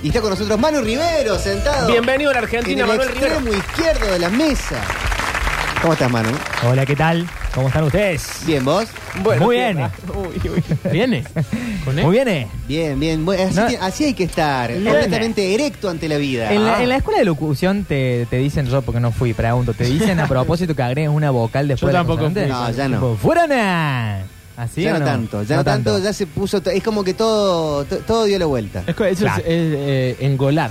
Y está con nosotros Manu Rivero, sentado. Bienvenido a la en Argentina, el Manuel Rivero. extremo izquierdo de la mesa. ¿Cómo estás, Manu? Hola, ¿qué tal? ¿Cómo están ustedes? Bien, ¿vos? Muy bien. ah, uy, uy. ¿Viene? ¿Con él? Muy bien, eh. Bien, bien. Bueno, Así, No. que- así hay que estar. Bien. Completamente erecto ante la vida. En Ah. la, en la escuela de locución te, te dicen, yo porque no fui, pregunto, te dicen a propósito que agregues una vocal después Yo de la tampoco consonante? fui. No, ya no. Tipo, ¡Fueron a! ¿Así ya o no, tanto, ya no, tanto, ya se puso. to- Es como que todo, to- todo dio la vuelta. Es, co- eso Claro. es, es, eh, engolar.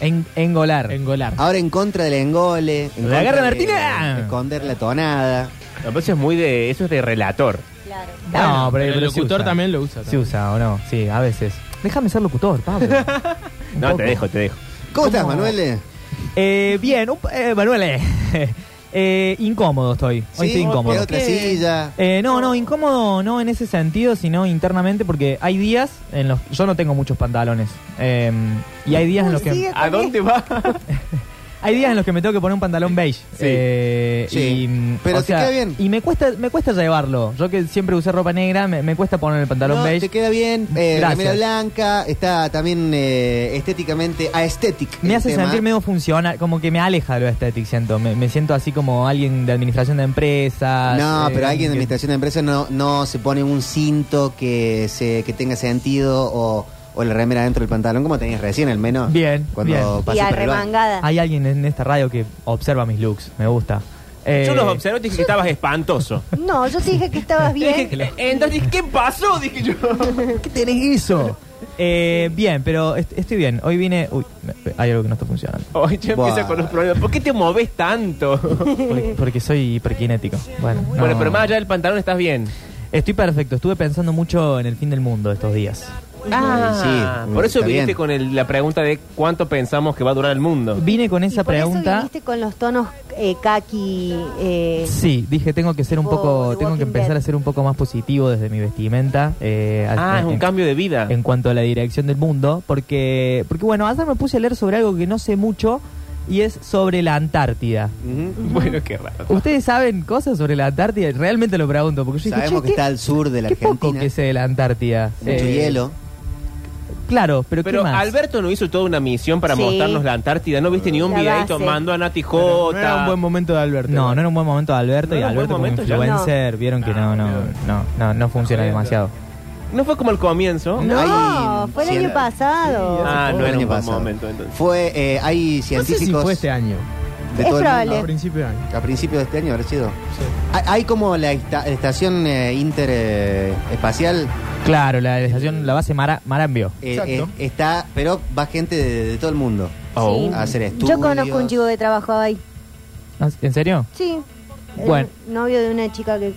En- engolar. Engolar. Ahora en contra del engole. En La contra garra de- Martina. de Esconder la tonada. No, pero eso es muy de. Eso es de relator. Claro. no, pero, el pero se locutor usa. también lo usa. Se también. usa, ¿o no? Sí, a veces. Déjame ser locutor, Pablo. Un No, poco. te dejo, te dejo. ¿Cómo, estás, Manuel? Eh, bien, un- eh, Manuel. eh, eh, incómodo estoy. Hoy estoy incómodo. ¿Qué otra silla? Eh, no, no, incómodo no en ese sentido, sino internamente, porque hay días en los. Yo no tengo muchos pantalones. eh, y hay días en los que. Sigue ¿A con dónde va? Hay días en los que me tengo que poner un pantalón beige. eh, Sí. y, mm, Pero o te sea, queda bien. Y me cuesta, me cuesta llevarlo. Yo que siempre usé ropa negra, me, me cuesta poner el pantalón No, beige. te queda bien, eh, Gracias. remera blanca, está también eh, estéticamente aesthetic. Me el hace tema. sentir medio funcional, como que me aleja de lo estético, siento. Me, me siento así como alguien de administración de empresas. No, eh, pero alguien de que- administración de empresas no, no se pone un cinto que se que tenga sentido o, o la remera dentro del pantalón, como tenías recién, al menos. Bien, Cuando bien. Y pasé por el baño. arremangada. Hay alguien en esta radio que observa mis looks, me gusta. Eh, Yo los observé y dije que estabas espantoso. No, yo te dije que estabas bien. Dije, Entonces dije, ¿qué pasó? Dije yo. ¿Qué tenés eso? Eh, bien, pero est- estoy bien. Hoy vine. Uy, me- hay algo que no está funcionando. Ay, yo Buah. empiezo con los problemas. ¿Por qué te moves tanto? Porque, porque soy hiperkinético. Bueno, no. Bueno, pero más allá del pantalón estás bien. Estoy perfecto. Estuve pensando mucho en el fin del mundo estos días. Ah, Ay, sí. por eso Está viniste bien. con el- la pregunta de cuánto pensamos que va a durar el mundo. Vine con Y esa por Eso pregunta. viniste con los tonos eh, kaki. eh, Sí, dije, tengo que ser un Tipo poco. The Tengo que Walking empezar Dead. a ser un poco más positivo desde mi vestimenta. eh, Ah, en- es un en- cambio de vida. Ah. en cuanto a la dirección del mundo, porque, porque bueno, ayer me puse a leer sobre algo que no sé mucho y es sobre la Antártida. Mm, Bueno, qué raro. ¿Ustedes saben cosas sobre la Antártida? Realmente lo pregunto, porque yo dije, Sabemos "Che, que ¿qué- está al sur de la qué poco Argentina. que sé de la Antártida. Mucho Eh, hielo. Claro, pero, Pero ¿qué más? Alberto no hizo toda una misión para Sí. mostrarnos la Antártida. No viste ni un La videito base. tomando a Nati No Jota. era un buen momento de Alberto. No, no era un buen momento de Alberto ¿No y era un buen Alberto como momento ya? influencer vieron que no, no, no, no, no funciona demasiado. No fue como el comienzo. No, Hay fue el año cien- pasado. Ah, no el era año un buen pasado. momento entonces. Fue, eh, hay No sé si científicos fue este año. de Es todo el probable. A mundo. principio de año. A principios de este año habrá sido. Sí. Hay, hay como la esta- estación eh, interespacial. Claro, la estación, la base Mara- Marambio. eh, Exacto. eh, está, pero va gente de, de todo el mundo Sí. a hacer estudios. Yo conozco un chico que trabajaba ahí. Ah, ¿En serio? Sí. El Bueno. novio de una chica que.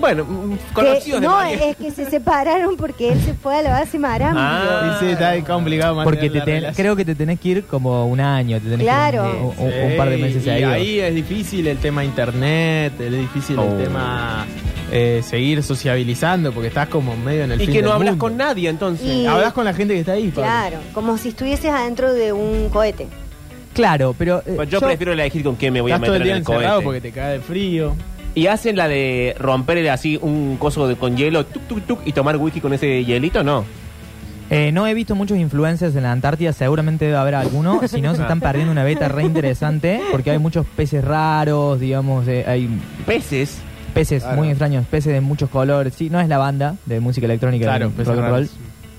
Bueno, mm, conocidos que- de No, varias- es que se separaron porque él se fue a la base Marambio. Ah. Sí, sí, está complicado mantener Porque te la ten- relación. creo que te tenés que ir como un año, te tenés Claro. que ir un, un- un par de meses Sí, y seguidos. ahí es difícil el tema internet, es difícil Oh. el tema eh, seguir sociabilizando porque estás como medio en el Y fin que no del hablas mundo. con nadie entonces. Y- Hablas con la gente que está ahí, Pablo. Claro, como si estuvieses adentro de un cohete. Claro, pero eh, Bueno, yo, prefiero elegir con quién me voy a Estás todo meter el en día el encerrado cohete. porque te cae de frío. Y hacen la de romper el- así un coso de, con hielo, tuk, tuk, tuk, y tomar whisky con ese hielito, no. eh, no he visto muchos influencers en la Antártida, seguramente debe haber alguno, si no se están perdiendo una beta re interesante, porque hay muchos peces raros, digamos, eh, hay Peces. peces Claro. muy extraños, peces de muchos colores, sí, no es la banda de música electrónica Claro, de peces rock and roll, raros.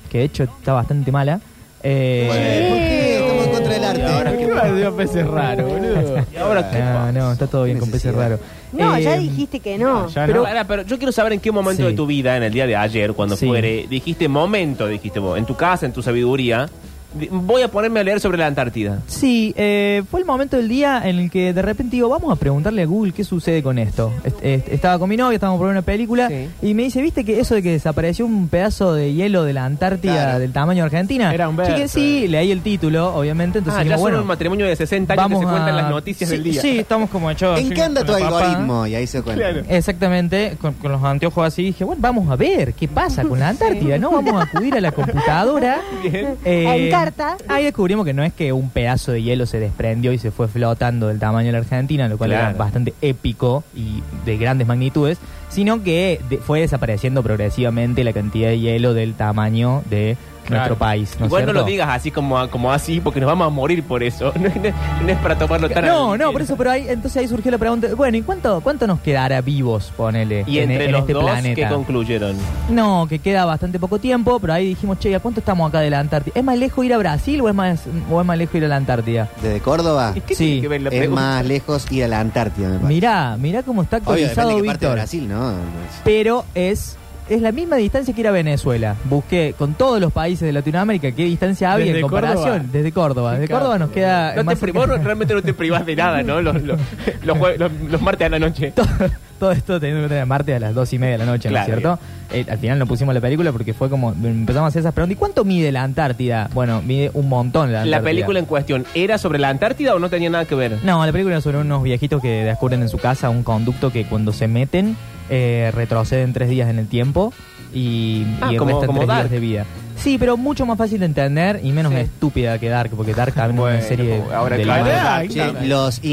que de hecho está bastante mala. Eh, Eh, ¿Por qué estamos en contra del arte? Y ahora qué me a peces raro, boludo. Y ahora qué Ah, no, pasa? no, está todo bien con peces Necesidad. raros. No, ya Eh, dijiste que no. Ya Pero, no. pará, pero yo quiero saber en qué momento Sí. de tu vida, en el día de ayer, cuando Sí. fuere, dijiste momento, dijiste vos, en tu casa, en tu sabiduría, di- voy a ponerme a leer sobre la Antártida. Sí, eh, fue el momento del día en el que de repente digo, vamos a preguntarle a Google qué sucede con esto. Est- est- estaba con mi novia, estábamos por ver una película Sí. y me dice, ¿viste que eso de que desapareció un pedazo de hielo de la Antártida Claro. del tamaño de Argentina? Era un Así que verso, sí, leí el título, obviamente, entonces ah, ya dijimos, son bueno, un matrimonio de 60 años que se cuentan las noticias sí, del día. Sí, estamos como hechos. ¿En así qué anda con tu la papa. algoritmo? Y ahí se cuenta. Claro. Exactamente, con, con los anteojos así dije, bueno, vamos a ver qué pasa con la Antártida, ¿no? Vamos a acudir a la computadora. Eh, Bien. En carta. Ahí descubrimos que no es que un pedazo de hielo se desprendió y se fue flotando del tamaño de la Argentina, lo cual Claro. era bastante épico y de grandes magnitudes, sino que de- fue desapareciendo progresivamente la cantidad de hielo del tamaño de nuestro país. ¿no es Igual no lo cierto? digas así como, como así, porque nos vamos a morir por eso. No, es- no es para tomarlo tan a No, ligera. no, por eso, pero ahí, entonces ahí surgió la pregunta, bueno, ¿y cuánto, cuánto nos quedará vivos, ponele, Y en, entre en los este dos, ¿qué planeta? concluyeron? No, que queda bastante poco tiempo, pero ahí dijimos, che, ¿a cuánto estamos acá de la Antártida? ¿Es más lejos ir a Brasil o es más, o es más lejos ir a la Antártida? Desde Córdoba ¿Y qué Sí, tiene que ver la es pregunta? más lejos ir a la Antártida, me parece. Mirá, mirá cómo está Obvio, depende de actualizado qué parte de Víctor. Brasil, ¿no? Pero es, es la misma distancia que ir a Venezuela. Busqué con todos los países de Latinoamérica qué distancia había Desde en comparación. Córdoba. Desde Córdoba. Desde Claro. Córdoba nos queda... No te más pri- cerca- vos no- realmente no te privás de nada, ¿no? Los, los, los jue- los- los martes a la noche. Todo esto teniendo en cuenta que Marte a las dos y media de la noche, Claro, ¿no es cierto? Eh, al final no pusimos la película porque fue como empezamos a hacer esas preguntas. ¿Y cuánto mide la Antártida? Bueno, mide un montón la Antártida. La película en cuestión, ¿era sobre la Antártida o no tenía nada que ver? No, la película es sobre unos viejitos que descubren en su casa un conducto que cuando se meten eh, retroceden tres días en el tiempo y, Ah, y como- restan como tres Dark. días de vida. Sí, pero mucho más fácil de entender y menos Sí. estúpida que Dark, porque Dark también Bueno, es una serie ahora de claro. la- Ahí Che, los está. Está en contra de la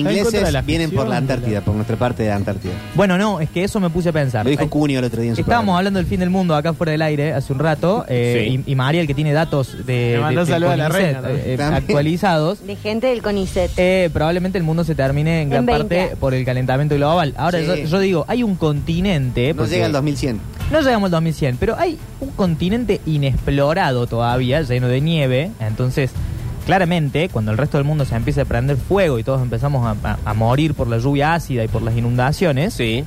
ingleses vienen por la ficción, Antártida, por nuestra parte de la Antártida. Bueno, no, es que eso me puse a pensar. Lo dijo Ay, Cunio el otro día en su Estábamos programa. hablando del fin del mundo acá fuera del aire hace un rato eh, Sí. y, y Mariel que tiene datos de, Le mandó de- del saludo a la CONICET, reina también. eh, eh, También. actualizados. De gente del CONICET. Eh, probablemente el mundo se termine en En gran 20 parte años. por el calentamiento global. Ahora Sí. yo, yo digo, hay un continente... No porque llega al 2100. No llegamos al 2100, pero hay un continente inexplorado todavía, lleno de nieve. Entonces, claramente, cuando el resto del mundo se empieza a prender fuego y todos empezamos a, a- a morir por la lluvia ácida y por las inundaciones, Sí,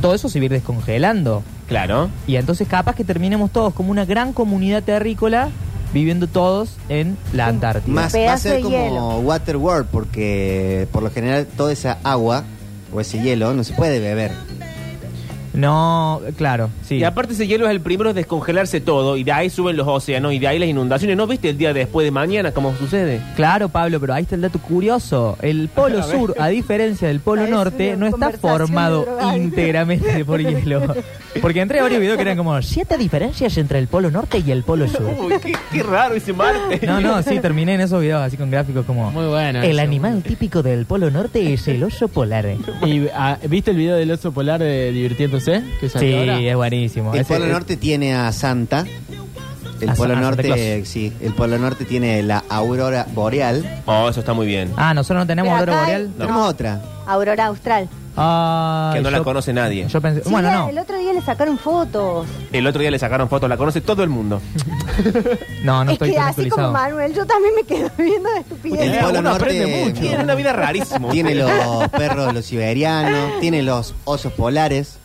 todo eso se va a ir descongelando. claro. Y entonces capaz que terminemos todos como una gran comunidad terrícola viviendo todos en la Antártida. Más va a pedazo ser de hielo. como Water World, porque por lo general toda esa agua o ese hielo no se puede beber. No, claro, sí. Y aparte ese hielo es el primero en descongelarse todo y de ahí suben los océanos y de ahí las inundaciones. ¿No viste el día después de mañana cómo sucede? Claro, Pablo, pero ahí está el dato curioso. El Polo Sur, a diferencia del Polo Parece Norte, una no está conversación formado de drogas. íntegramente por hielo. Porque entré a varios videos que eran como siete diferencias entre el Polo Norte y el Polo Sur. Uy, qué, qué raro ese martes. No, no, sí, terminé en esos videos así con gráficos como... Muy bueno. El eso. animal típico del Polo Norte es el oso polar. ¿Y ah, viste el video del oso polar de divirtiéndose? Que Sí, salió ahora? es buenísimo. El Ese- Polo Norte tiene a Santa. El A Sa- Polo a Santa Norte, Claus. sí, el Polo Norte tiene la aurora boreal. Oh, eso está muy bien. Ah, nosotros no tenemos Pero aurora acá boreal. No. Tenemos otra. Aurora Austral. Ah, que no la yo- conoce nadie. Yo pensé, Sí, bueno, la- no. El otro día le sacaron fotos. El otro día le sacaron fotos, la conoce todo el mundo. No, Ah, no es estoy que tan así como actualizado. Manuel, yo también me quedo viendo de estupidez. El Eh, Polo uno aprende Norte mucho. Tiene una vida rarísima. tiene los perros, los siberianos, tiene los osos polares.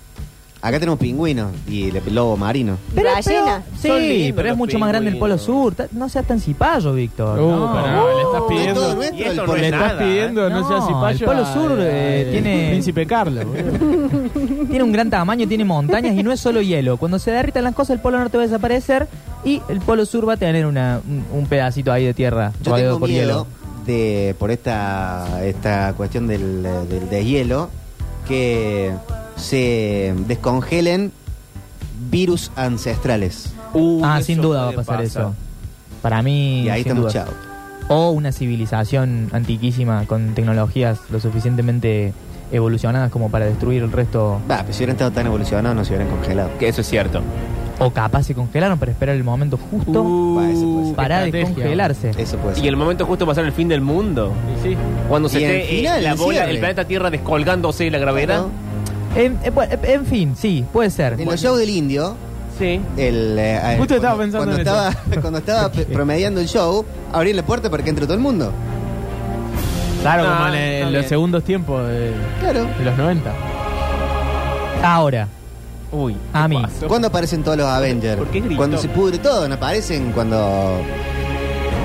Acá tenemos pingüinos y el lobo marino. Ballena. Son Sí, lindos pero es los mucho más grande el Polo pingüinos. Sur. Ta- No seas tan cipallo, Víctor. Uh, no. pero no, le estás No, Es todo pidiendo. nuestro Y esto el no Polo es Le estás nada, pidiendo, no, eh. No, seas cipayo. el Polo Sur, eh, tiene- Príncipe Carlos. boludo. Tiene un gran tamaño, tiene montañas y no es solo hielo. Cuando se derritan las cosas, el Polo Norte va a desaparecer y el Polo Sur va a tener una- un, un pedacito ahí de tierra Yo rodeado tengo por miedo hielo. de por esta esta cuestión del, del deshielo que se descongelen virus ancestrales Uh, ah, eso sin duda va a puede pasar pasar. eso. Para mí, y ahí sin estamos duda. chao. o una civilización antiquísima con tecnologías lo suficientemente evolucionadas como para destruir el resto. Va, pero si hubieran estado tan evolucionados no se hubieran congelado. Que eso es cierto. O capaz se congelaron para esperar el momento justo Uh, Uh, Va, eso puede ser. para estrategia. descongelarse. Eso puede ser. Y el momento justo pasar el fin del mundo. Y sí. Cuando se Y el esté eh, final, la el bola, cierre. el planeta Tierra descolgándose de la gravedad. ¿No? En, en- bueno, en fin, sí, puede ser. En los shows del indio, Sí. el, eh, eh, Justo estaba pensando cuando en estaba, cuando estaba pe- promediando el show, abrí la puerta para que entre todo el mundo. Claro, No, como en, está en bien. los segundos tiempos de, Claro. de los 90. Ahora, Uy. Ah, a mí. pasa? ¿Cuándo aparecen todos los Avengers? ¿Por qué gritó? cuando se pudre todo, no aparecen cuando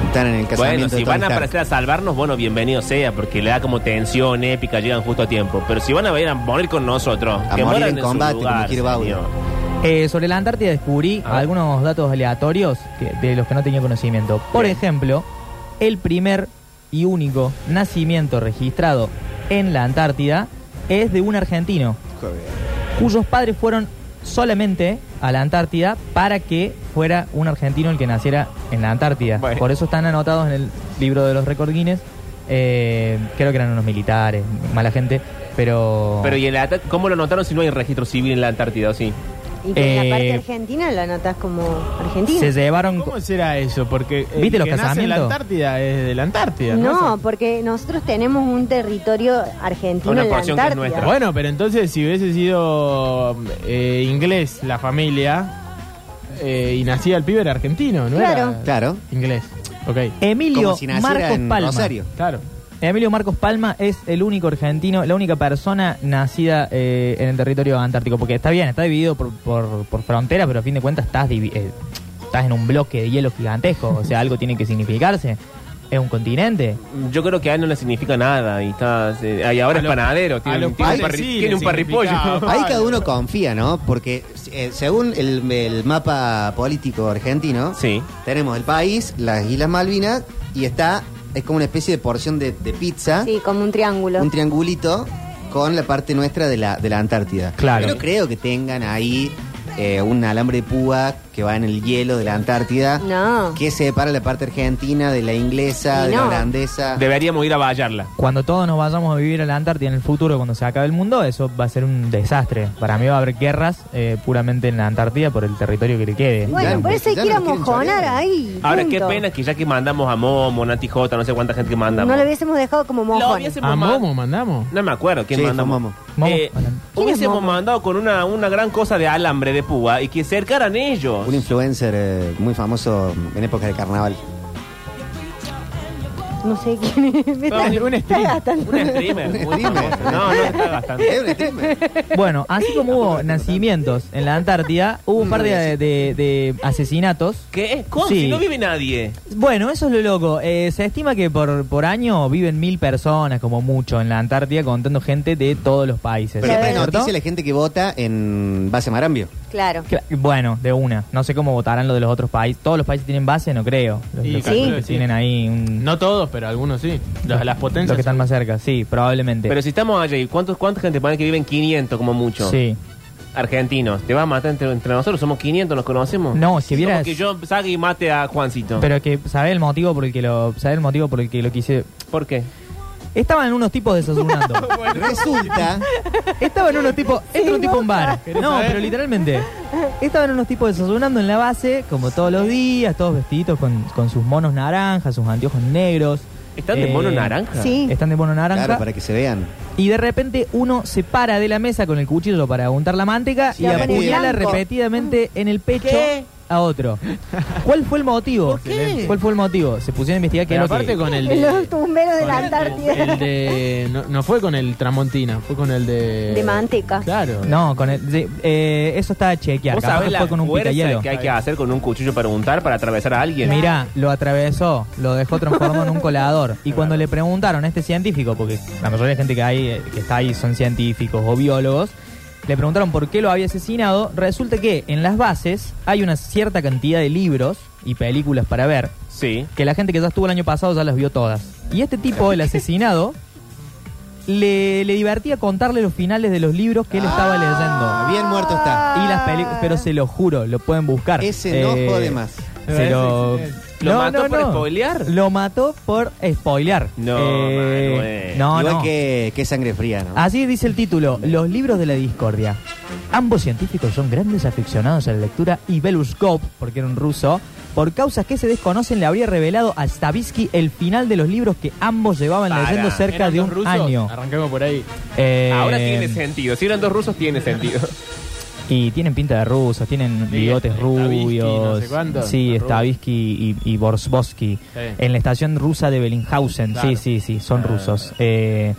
están en el Bueno, casamiento de si van Tony a Stark. aparecer a salvarnos, bueno, bienvenido sea, porque le da como tensión épica, llegan justo a tiempo. Pero si van a venir a morir con nosotros, A que morir mueran en su combate, lugar, como quiere Bauer. señor. Eh, sobre la Antártida descubrí A ver. algunos datos aleatorios que- de los que no tenía conocimiento. Por Bien. ejemplo, el primer y único nacimiento registrado en la Antártida es de un argentino, Joder. cuyos padres fueron solamente a la Antártida para que fuera un argentino el que naciera en la Antártida. Bueno. Por eso están anotados en el libro de los récord Guinness. Eh, creo que eran unos militares, mala gente, pero... Oh. Pero ¿y el ata- ¿cómo lo notaron si no hay registro civil en la Antártida? ¿o Sí. Y que en Eh, la parte argentina la notas como argentina. Se llevaron... ¿Cómo será eso? Porque eh, el ¿Viste los que nace en la casamientos? Antártida es de la Antártida, No, ¿no? porque nosotros tenemos un territorio argentino Una en la porción que es Antártida. nuestra. Bueno, pero entonces si hubiese sido eh, inglés la familia eh, y nacía el pibe era argentino, ¿no? Claro. Era Claro. Inglés. Ok. Emilio Como si naciera Marcos en Palma. Rosario. Claro. Emilio Marcos Palma es el único argentino, la única persona nacida eh, en el territorio antártico, porque está bien, está dividido por, por, por fronteras, pero a fin de cuentas estás, divi- eh, estás en un bloque de hielo gigantesco, o sea, algo tiene que significarse. Es un continente. Yo creo que a él no le significa nada. Y está, eh, ahí ahora A es los- panadero. a Tiene los un, tiene un padres parri- Ah, sí tiene le un parripollo. significaba. Ahí cada uno confía, ¿no? Porque eh, según el, el mapa político argentino, Sí. tenemos el país, las Islas Malvinas, y está, es como una especie de porción de, de pizza, Sí, como un triángulo. un triangulito con la parte nuestra de la, de la Antártida. Claro. Yo no creo que tengan ahí eh, un alambre de púa que va en el hielo de la Antártida, No. que separa la parte argentina de la inglesa, Y de la no. holandesa. Deberíamos ir a vallarla. Cuando todos nos vayamos a vivir a la Antártida en el futuro, cuando se acabe el mundo, eso va a ser un desastre. Para mí va a haber guerras eh, puramente en la Antártida por el territorio que le quede. Bueno, Ya, por eso hay ya que ir no a quieren mojonar chorear. ahí. Ahora, qué punto. pena que ya que mandamos a Momo, Nati Jota, no sé cuánta gente que mandamos. No lo hubiésemos dejado como Lo mojones. hubiésemos ¿A ma- Momo mandamos? No me acuerdo quién Sí, fue mandamos. Momo. Momo. Eh, ¿Quién es hubiésemos Momo? mandado con una, una gran cosa de alambre de púa y que cercaran ellos. Un influencer eh, muy famoso en época de carnaval. No sé quién es. Me está- un- un me está stream. gastando. Un streamer. muy Un streamer. famoso. No, no está gastando. Es un streamer. Bueno, así como hubo nacimientos en la Antártida, hubo un par de, de- de asesinatos. ¿Qué? ¿Cómo? Sí. Si no vive nadie. Bueno, eso es lo loco. Eh, se estima que por, por año viven mil personas, como mucho, en la Antártida, contando gente de todos los países. Pero siempre es ¿cierto? noticia la gente que vota en base a Marambio. Claro. Cla- Bueno, de una. No sé cómo votarán lo de los otros países. ¿Todos los países tienen base? No creo. Los, Y los calculo que que sí. tienen ahí un- No todos, pero algunos sí. Los de las potencias. Los que están más cerca, sí, probablemente. Pero si estamos allí, ¿cuántos, ¿cuánta gente pone que viven 500 como mucho? Sí. Argentinos. ¿Te vas a matar entre, entre nosotros? ¿Somos 500? ¿Nos conocemos? No, si vieras- Como que yo salga y mate a Juancito. Pero que, ¿sabés el motivo por el que lo, ¿sabés el motivo por el que lo quise? ¿Por qué? Estaban unos tipos desayunando. Resulta Estaban unos tipos, entra un tipo en bar. No, saber? pero literalmente. Estaban unos tipos desayunando en la base, como todos los días, todos vestiditos con, con sus monos naranjas, sus anteojos negros. ¿Están de Eh, mono naranja? Sí. Están de mono naranja. Claro, para que se vean. Y de repente uno se para de la mesa con el cuchillo para untar la manteca Se y pone apuñala blanco. repetidamente en el pecho ¿Qué? a otro. ¿Cuál fue el motivo? ¿Por qué? ¿Cuál fue el motivo? Se pusieron a investigar que Pero era lo que- aparte con el de... Los tumberos de la con el- el Antártida. de- no, no fue con el Tramontina, fue con el de... De manteca. Claro. No, con el, de- eh, eso está a chequear. ¿Vos Capaz sabés que la fue con un fuerza picayelo. que hay que hacer con un cuchillo para untar, para atravesar a alguien? Mirá, lo atravesó, lo dejó transformado en un colador. Y cuando le preguntaron a este científico, porque la mayoría de gente que, hay, eh, que está ahí son científicos o biólogos, le preguntaron por qué lo había asesinado. Resulta que en las bases hay una cierta cantidad de libros y películas para ver, Sí. que la gente que ya estuvo el año pasado ya las vio todas. Y este tipo, el asesinado, le, le divertía contarle los finales de los libros que él estaba leyendo. Bien muerto está. Y las películas, pero se lo juro, lo pueden buscar. Ese no Ah. Eh, jode más. se lo... Ese, ¿Lo mató por spoilear? Lo mató por spoilear. Eh, No, Manuel. no, Igual no. Que, que sangre fría, ¿no? Así dice el título, Los libros de la discordia. Ambos científicos son grandes aficionados a la lectura y Belushkov, porque era un ruso, por causas que se desconocen le habría revelado a Stavisky el final de los libros que ambos llevaban Para, leyendo cerca ¿Eran de dos un rusos? año. Arrancamos por ahí. Eh, Ahora tiene sentido. Si eran dos rusos, tiene sentido. Y tienen pinta de rusos, tienen Sí, bigotes Stavisky, rubios. no sé cuánto, sí, ruso. Stavisky y, y Borsbosky. En la estación rusa de Bellinghausen. Sí, Claro. sí, sí, son Ah. rusos. Eh,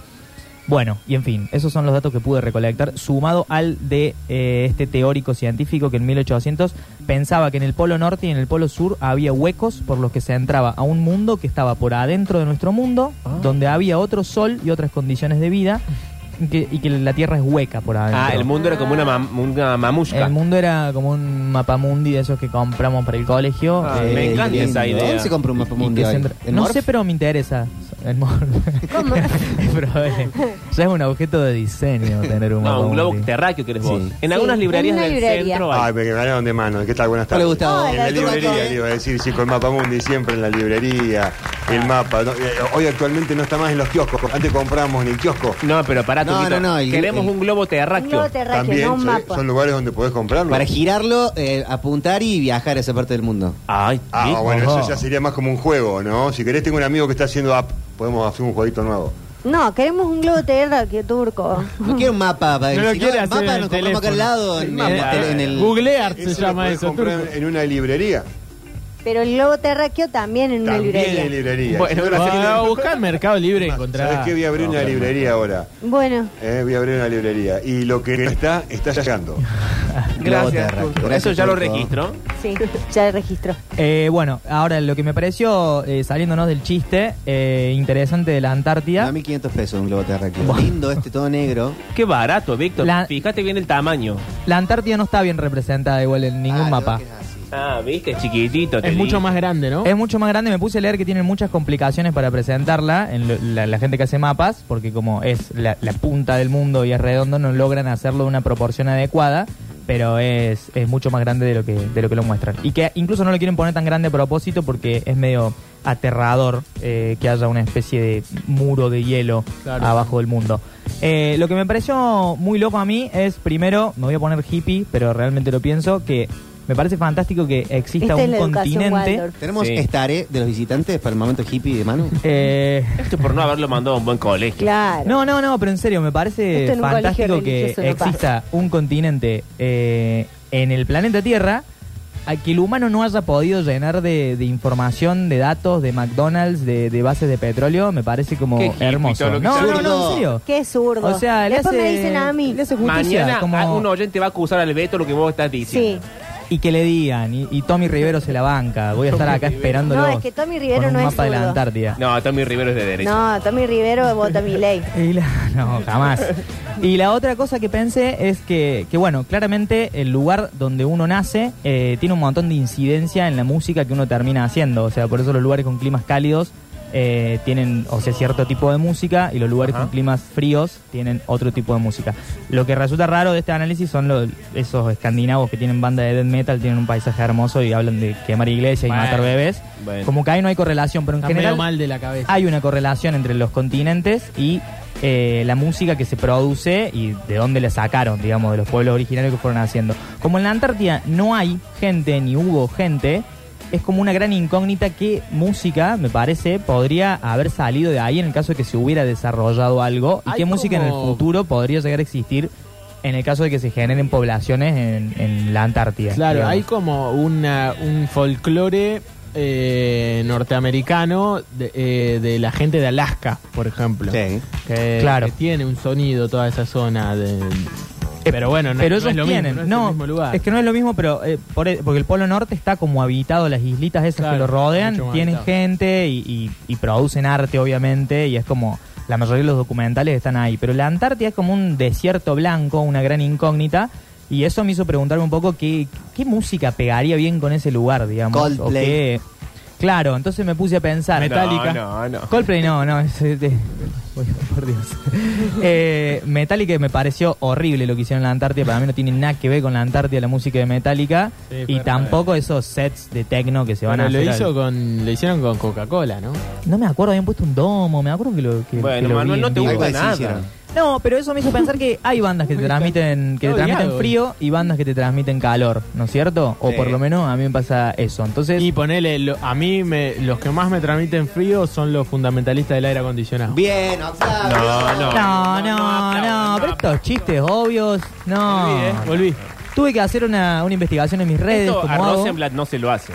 bueno, y en fin, esos son los datos que pude recolectar, sumado al de eh, este teórico científico que en 1800 pensaba que en el Polo Norte y en el Polo Sur había huecos por los que se entraba a un mundo que estaba por adentro de nuestro mundo, Ah. donde había otro sol y otras condiciones de vida, y que, y que la Tierra es hueca por adentro. Ah, el mundo era como una, mam- una mamushka. El mundo era como un mapamundi de esos que compramos para el colegio. Ah, eh, me Eh, qué encanta lindo. esa idea. ¿Dónde se compra un mapa y que mundial? se entra- ¿En No Morph? sé, pero me interesa. El mor- ¿Cómo? Es probable. ya es un objeto de diseño tener un No, un globo mapamundi. terráqueo que eres vos. Sí. En Sí, algunas librerías en una del librería. centro hay. Ay, me ganaron de mano. ¿Qué tal? Buenas No le tardes. gusta a vos. En la Hola, librería, ¿cómo le iba a decir, sí, con Mapamundi, siempre en la librería. El Ah. mapa. ¿no? Eh, Hoy actualmente no está más en los kioscos. Antes comprábamos en el kiosco. No, pero pará, No, Tuquito. no, no, el- Queremos el- un globo terráqueo. Un globo terráqueo, También no un sí, mapa. son lugares donde podés comprarlo. Para girarlo, eh, apuntar y viajar a esa parte del mundo. Ay, Ah, ¿sí? bueno, Ajá. eso ya sería más como un juego, ¿no? Si querés, tengo un amigo que está haciendo app. Podemos hacer un jueguito nuevo. No, queremos un globo terráqueo turco. No quiero un mapa. Para No lo si quiere el hacer mapa en nos el compramos acá al teléfono. lado. En, en- mapa. en el, Googlear se lo llama podés eso. comprar turco. en una librería. Pero el globo terráqueo también en una También librería. en librería. Bueno, Si no, la Ah, serie a de- buscar Mercado Libre ¿Sabés encontrar. qué? Voy a abrir una librería ahora. Bueno, Eh, voy a abrir una librería. Y lo que no está, está llegando. globo Gracias. terráqueo. Turco. Gracias, Eso ya lo Turco. registro. sí, ya registró. Eh, bueno, ahora lo que me pareció, eh, saliéndonos del chiste, eh, interesante de la Antártida. 1500 pesos un globo terráqueo. Bueno. Lindo este, todo negro. Qué barato, Víctor. La- Fíjate bien el tamaño. La Antártida no está bien representada igual en ningún Ah, mapa. creo que es así. Ah, viste, chiquitito. te Es di. mucho más grande, ¿no? Es mucho más grande, me puse a leer que tienen muchas complicaciones para presentarla en lo- la, la gente que hace mapas, porque como es la, la punta del mundo y es redondo, no logran hacerlo de una proporción adecuada, pero es, es mucho más grande de lo, que, de lo que lo muestran. Y que incluso no lo quieren poner tan grande a propósito porque es medio aterrador eh, que haya una especie de muro de hielo Claro. abajo del mundo. Eh, lo que me pareció muy loco a mí es, primero, me voy a poner hippie, pero realmente lo pienso, que me parece fantástico que exista Esta es un la educación continente... Waldorf. Tenemos Sí. estaré de los visitantes para el momento hippie de Manu. Eh, Esto por no haberlo mandado a un buen colegio. Claro. no, no, no, pero en serio, me Esto parece en un fantástico colegio que religioso no exista un continente eh, en el planeta Tierra a que el humano no haya podido llenar de, de información, de datos, de McDonald's, de, de bases de petróleo. Me parece como Qué hippie hermoso. todo lo que No, no, sea. no, en serio. Qué zurdo. O sea, le Después hace- me dicen a mí. le hace justicia, Mañana ah, como- a- un oyente va a acusar al Beto lo que vos estás Sí. diciendo. Y que le digan, y, y Tommy Rivero se la banca. Voy a estar acá esperándolo. No, es que Tommy Rivero con un no es mapa de la zurdo. Antártida. No, Tommy Rivero es de derecha. No, Tommy Rivero vota mi ley. Y la- no, jamás. Y la otra cosa que pensé es que, que, bueno, claramente el lugar donde uno nace eh, tiene un montón de incidencia en la música que uno termina haciendo. O sea, por eso los lugares con climas cálidos eh, tienen, o sea, cierto tipo de música y los lugares con climas fríos tienen otro tipo de música. Lo que resulta raro de este análisis son los, esos escandinavos que tienen banda de death metal, tienen un paisaje hermoso y hablan de quemar iglesias Bueno, y matar bebés. bueno. Como que ahí no hay correlación, pero en Está general medio mal de la cabeza. hay una correlación entre los continentes y eh, la música que se produce y de dónde la sacaron, digamos, de los pueblos originarios que fueron haciendo. Como en la Antártida no hay gente ni hubo gente, es como una gran incógnita qué música, me parece, podría haber salido de ahí en el caso de que se hubiera desarrollado algo y Hay qué música en el como- futuro podría llegar a existir en el caso de que se generen poblaciones en, en la Antártida. Claro, digamos. hay como una, un folclore eh, norteamericano de, eh, de la gente de Alaska, por ejemplo. Sí. Que, Claro. que tiene un sonido toda esa zona de... Eh, Pero bueno, no, pero no ellos es lo tienen, mismo, no es no, el mismo lugar. es que no es lo mismo, pero eh, por- porque el Polo Norte está como habitado, las islitas esas Claro, que lo mucho más rodean, tienen habitado. gente y, y- y producen arte, obviamente, y es como la mayoría de los documentales están ahí. Pero la Antártida es como un desierto blanco, una gran incógnita, y eso me hizo preguntarme un poco qué, qué música pegaría bien con ese lugar, digamos. o Coldplay. qué- claro, entonces me puse a pensar. Metallica. No, no, no. Coldplay no, no, es, es de- Uy, por Dios. Eh, Metallica me pareció horrible lo que hicieron en la Antártida, para mí no tiene nada que ver con la Antártida la música de Metallica Sí, y fue tampoco esos sets de techno que se van Bueno, a lo, hacer. hizo al- con, lo hicieron con Coca-Cola, ¿no? No me acuerdo, habían puesto un domo, me acuerdo que lo que Bueno, que lo vi Manuel, en no te vivo. Algo gusta así nada. hicieron. No, pero eso me hizo pensar que hay bandas que te transmiten que te Está transmiten odiado. frío y bandas que te transmiten calor, ¿no es cierto? O Sí. por lo menos a mí me pasa eso. Entonces, Y ponele, lo- a mí me- los que más me transmiten frío son los fundamentalistas del aire acondicionado. Bien, Octavio. no. no, no, no, aplaudan, pero estos chistes obvios, no. Volví, ¿eh? Volví. Tuve que hacer una, una investigación en mis redes. Esto como a hago. Rosenblatt no se lo hace.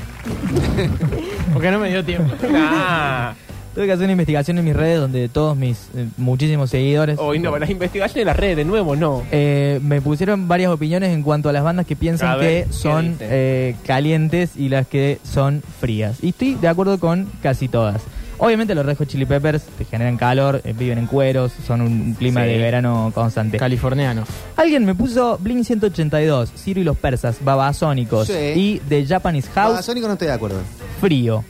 Porque no me dio tiempo. Ah, Tuve que hacer una investigación en mis redes donde todos mis eh, muchísimos seguidores hoy no, las investigaciones de la red, de nuevo, no. eh, me pusieron varias opiniones en cuanto a las bandas que A piensan ver, ¿qué que son dice? eh, calientes y las que son frías. Y estoy de acuerdo con casi todas. Obviamente los Red Hot Chili Peppers te generan calor, eh, viven en cueros, son un clima Sí. de verano Este. constante. Californianos. Alguien me puso Blink 182, Ciro y los Persas, Babasónicos Sí. y The Japanese House. Babasónico Ah, no estoy de acuerdo. frío.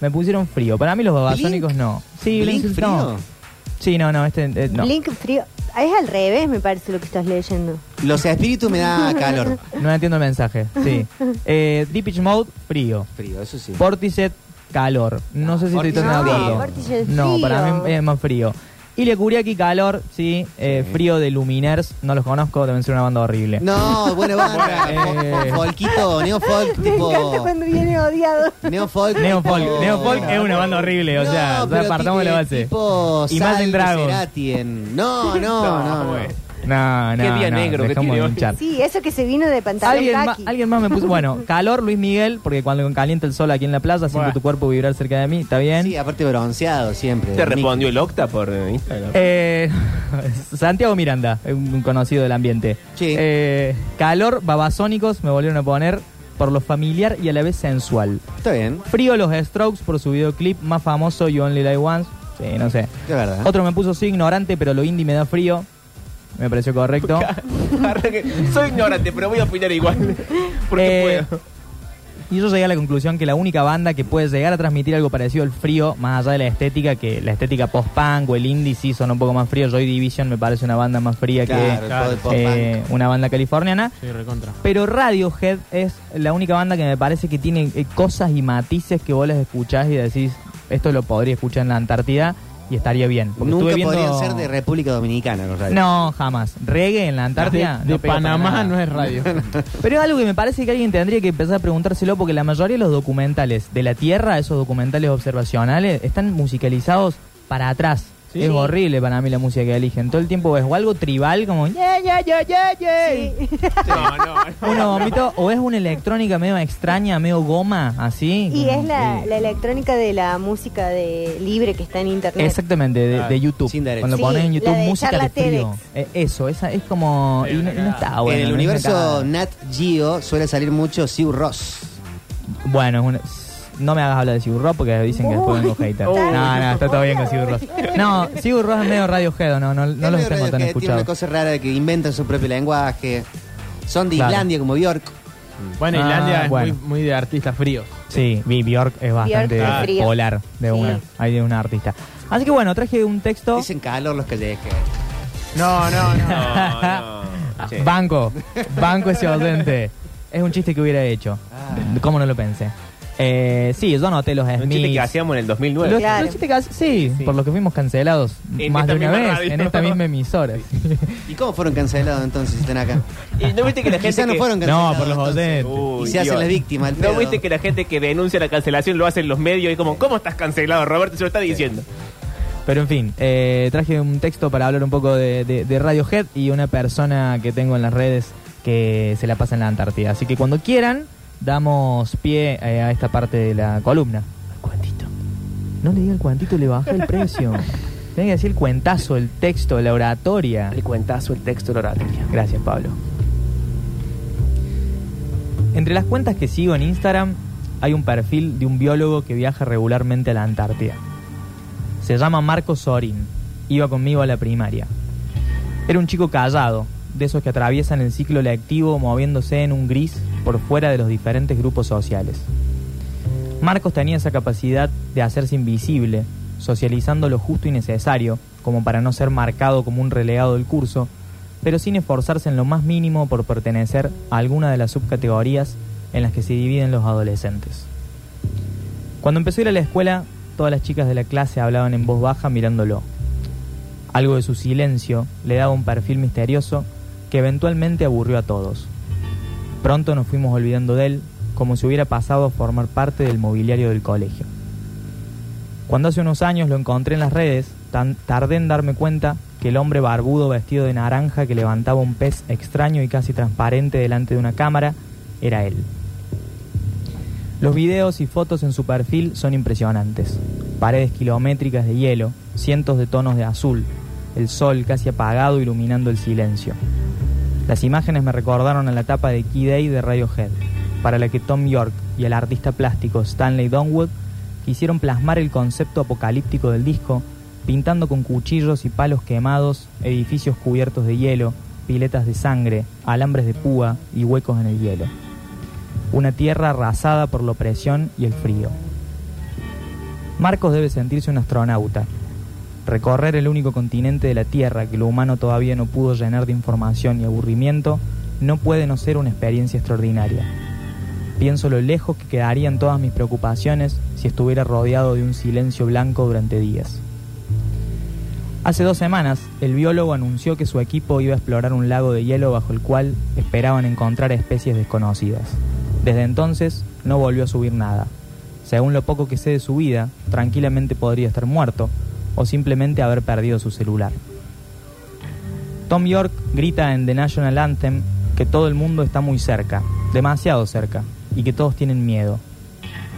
Me pusieron frío. Para mí los babasónicos ¿Blink? no. Sí, ¿Blink Blink, frío? no. Sí, no, no, este eh, no. Blink frío. Ah, Es al revés, me parece lo que estás leyendo. Los espíritus me da calor. No entiendo el mensaje. Sí. Eh, Deep Pitch Mode, frío. Frío, eso sí. Portiset, calor. No, sé si estoy tan de Vórtice. No, acuerdo. vórtice es No, frío. para mí es más frío. Y le cubrí aquí calor, sí. eh, Frío de Luminers, no los conozco, deben ser una banda horrible. No, buena banda. Eh. Fo- Folquito, neofolk, Me encanta tipo. cuando viene odiado. Neofolk. Neofolk, tipo- Neofolk es una banda horrible, o sea, ya pero partamos de la tiene base. Tipo Y más Sal en de Dragons. Cerati en- No, no, no. no. bueno. pues. No, no, Qué día no, negro que dejamos de tiene hoy. hinchar. Sí, eso que se vino de pantalón ¿Alguien, ma- kaki. alguien más me puso, bueno, calor Luis Miguel, porque cuando calienta el sol aquí en la plaza, siento Bueno. tu cuerpo vibrar cerca de mí, ¿está bien? Sí, aparte bronceado siempre. Te Nick. respondió el Octa por eh, Instagram. Eh, Santiago Miranda, un conocido del ambiente. Sí. Eh, calor, babasónicos, me volvieron a poner, por lo familiar y a la vez sensual. Está bien, Frío los Strokes por su videoclip más famoso, You Only Live Once. Sí, no sé. de verdad. Otro me puso, soy ignorante, pero lo indie me da frío. Me pareció correcto. Arranque. Soy ignorante, pero voy a opinar igual. Porque Eh, puedo. Y yo llegué a la conclusión que la única banda que puede llegar a transmitir algo parecido al frío, más allá de la estética, que la estética post-punk o el indie sí son un poco más fríos. Joy Division me parece una banda más fría Claro, que todo el pop eh, una banda californiana. Soy recontra. Pero Radiohead es la única banda que me parece que tiene eh, cosas y matices que vos las escuchás y decís, esto lo podría escuchar en la Antártida y estaría bien. punk. Porque Nunca estuve viendo- podrían ser de República Dominicana los radios. No, jamás. Reggae en la Antártida. De, de no pega para Panamá nada. no es radio. Pero es algo que me parece que alguien tendría que empezar a preguntárselo porque la mayoría de los documentales de la Tierra, esos documentales observacionales, están musicalizados para atrás. Sí. Es horrible para mí la música que eligen. Todo el tiempo es o algo tribal como "Yeah, yeah, yeah, yeah, yeah". Sí. No, no, no. Una bombita, o es una electrónica medio extraña, medio goma, así. Eh, Y es la, Sí. la electrónica de la música de libre que está en internet. Exactamente, de, de YouTube. Ah, Sin derecho. Cuando Sí, pones en YouTube la de música de charla frío. TEDx. Eh, eso, esa es como... y no, y no está ah, bueno. en el no es universo nada. Nat Geo suele salir mucho Siu Ross. Bueno, es una- no me hagas hablar de Sigur Rós porque dicen que después vengo hater. Uy. No, no, está todo bien con Sigur Rós. No, Sigur Rós es medio radiohead, no, no, no Es los medio tengo raro tan que Tiene una escuchados. cosa rara de que inventan su propio lenguaje. Son de Claro. Islandia como Bjork. Bueno, Ah, Islandia es bueno. muy, muy de artistas fríos. Sí, Vi- Bjork es bastante es frío. polar de Sí. una. Ahí de una artista. Así que bueno, traje un texto. Dicen calor los callejeros. No, no, no. No, Ah, no. Che. Ah, Banco, banco ese oyente. Es un chiste que hubiera hecho. ¿Cómo no lo pensé? Eh, sí, yo anoté los Smiths. Ah. Un chiste que hacíamos en el 2009. Los- Claro. los chistes que hace- sí, Sí. por los que fuimos cancelados En más esta de una misma vez radio. en esta misma emisora. ¿Y cómo fueron cancelados entonces si están acá? Y no viste que la gente. Quizás no que- fueron cancelados. No, por los entonces. oyentes. Uy, Y se hacen Dios. las víctimas, el No pedo. viste que la gente que denuncia la cancelación lo hacen los medios y como, ¿cómo estás cancelado, Roberto? Se lo está diciendo. Pero en fin, eh, traje un texto para hablar un poco de, de- de Radiohead y una persona que tengo en las redes que se la pasa en la Antártida. Así que cuando quieran, damos pie eh, a esta parte de la columna. Al cuentito. No le diga el cuentito, le baja el precio. Tiene que decir el cuentazo, el texto, la oratoria. El cuentazo, el texto, la oratoria. Gracias, Pablo. Entre las cuentas que sigo en Instagram hay un perfil de un biólogo que viaja regularmente a la Antártida. Se llama Marco Sorin. Iba conmigo a la primaria. Era un chico callado, de esos que atraviesan el ciclo lectivo moviéndose en un gris por fuera de los diferentes grupos sociales. Marcos tenía esa capacidad de hacerse invisible, socializando lo justo y necesario, como para no ser marcado como un relegado del curso, pero sin esforzarse en lo más mínimo por pertenecer a alguna de las subcategorías en las que se dividen los adolescentes. Cuando empezó a ir a la escuela, todas las chicas de la clase hablaban en voz baja mirándolo. Algo de su silencio le daba un perfil misterioso que eventualmente aburrió a todos. Pronto nos fuimos olvidando de él, como si hubiera pasado a formar parte del mobiliario del colegio. Cuando hace unos años lo encontré en las redes, tan- tardé en darme cuenta que el hombre barbudo vestido de naranja que levantaba un pez extraño y casi transparente delante de una cámara era él. Los videos y fotos en su perfil son impresionantes. Paredes kilométricas de hielo, cientos de tonos de azul, el sol casi apagado iluminando el silencio. Las imágenes me recordaron a la etapa de Key Day de Radiohead, para la que Tom York y el artista plástico Stanley Donwood quisieron plasmar el concepto apocalíptico del disco, pintando con cuchillos y palos quemados edificios cubiertos de hielo, piletas de sangre, alambres de púa y huecos en el hielo. Una tierra arrasada por la opresión y el frío. Marcos debe sentirse un astronauta, Recorrer el único continente de la Tierra que lo humano todavía no pudo llenar de información y aburrimiento no puede no ser una experiencia extraordinaria. Pienso lo lejos que quedarían todas mis preocupaciones si estuviera rodeado de un silencio blanco durante días. Hace dos semanas, el biólogo anunció que su equipo iba a explorar un lago de hielo bajo el cual esperaban encontrar especies desconocidas. Desde entonces, no volvió a subir nada. Según lo poco que sé de su vida, tranquilamente podría estar muerto o simplemente haber perdido su celular. Tom York grita en The National Anthem que todo el mundo está muy cerca, demasiado cerca, y que todos tienen miedo.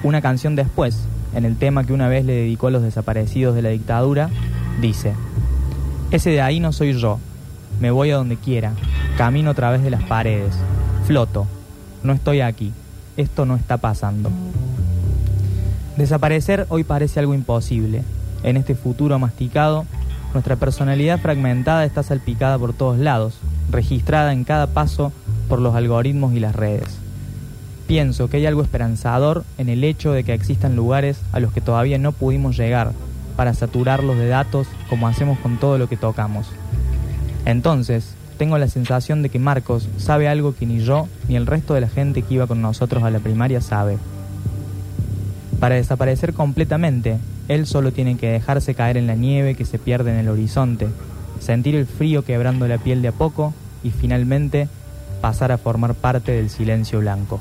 Una canción después, en el tema que una vez le dedicó a los desaparecidos de la dictadura, dice, Ese de ahí no soy yo, me voy a donde quiera, camino a través de las paredes, floto, no estoy aquí, esto no está pasando. Desaparecer hoy parece algo imposible. En este futuro masticado, nuestra personalidad fragmentada está salpicada por todos lados, registrada en cada paso por los algoritmos y las redes. Pienso que hay algo esperanzador en el hecho de que existan lugares a los que todavía no pudimos llegar para saturarlos de datos como hacemos con todo lo que tocamos. Entonces, tengo la sensación de que Marcos sabe algo que ni yo ni el resto de la gente que iba con nosotros a la primaria sabe. Para desaparecer completamente, él solo tiene que dejarse caer en la nieve que se pierde en el horizonte, sentir el frío quebrando la piel de a poco y finalmente pasar a formar parte del silencio blanco.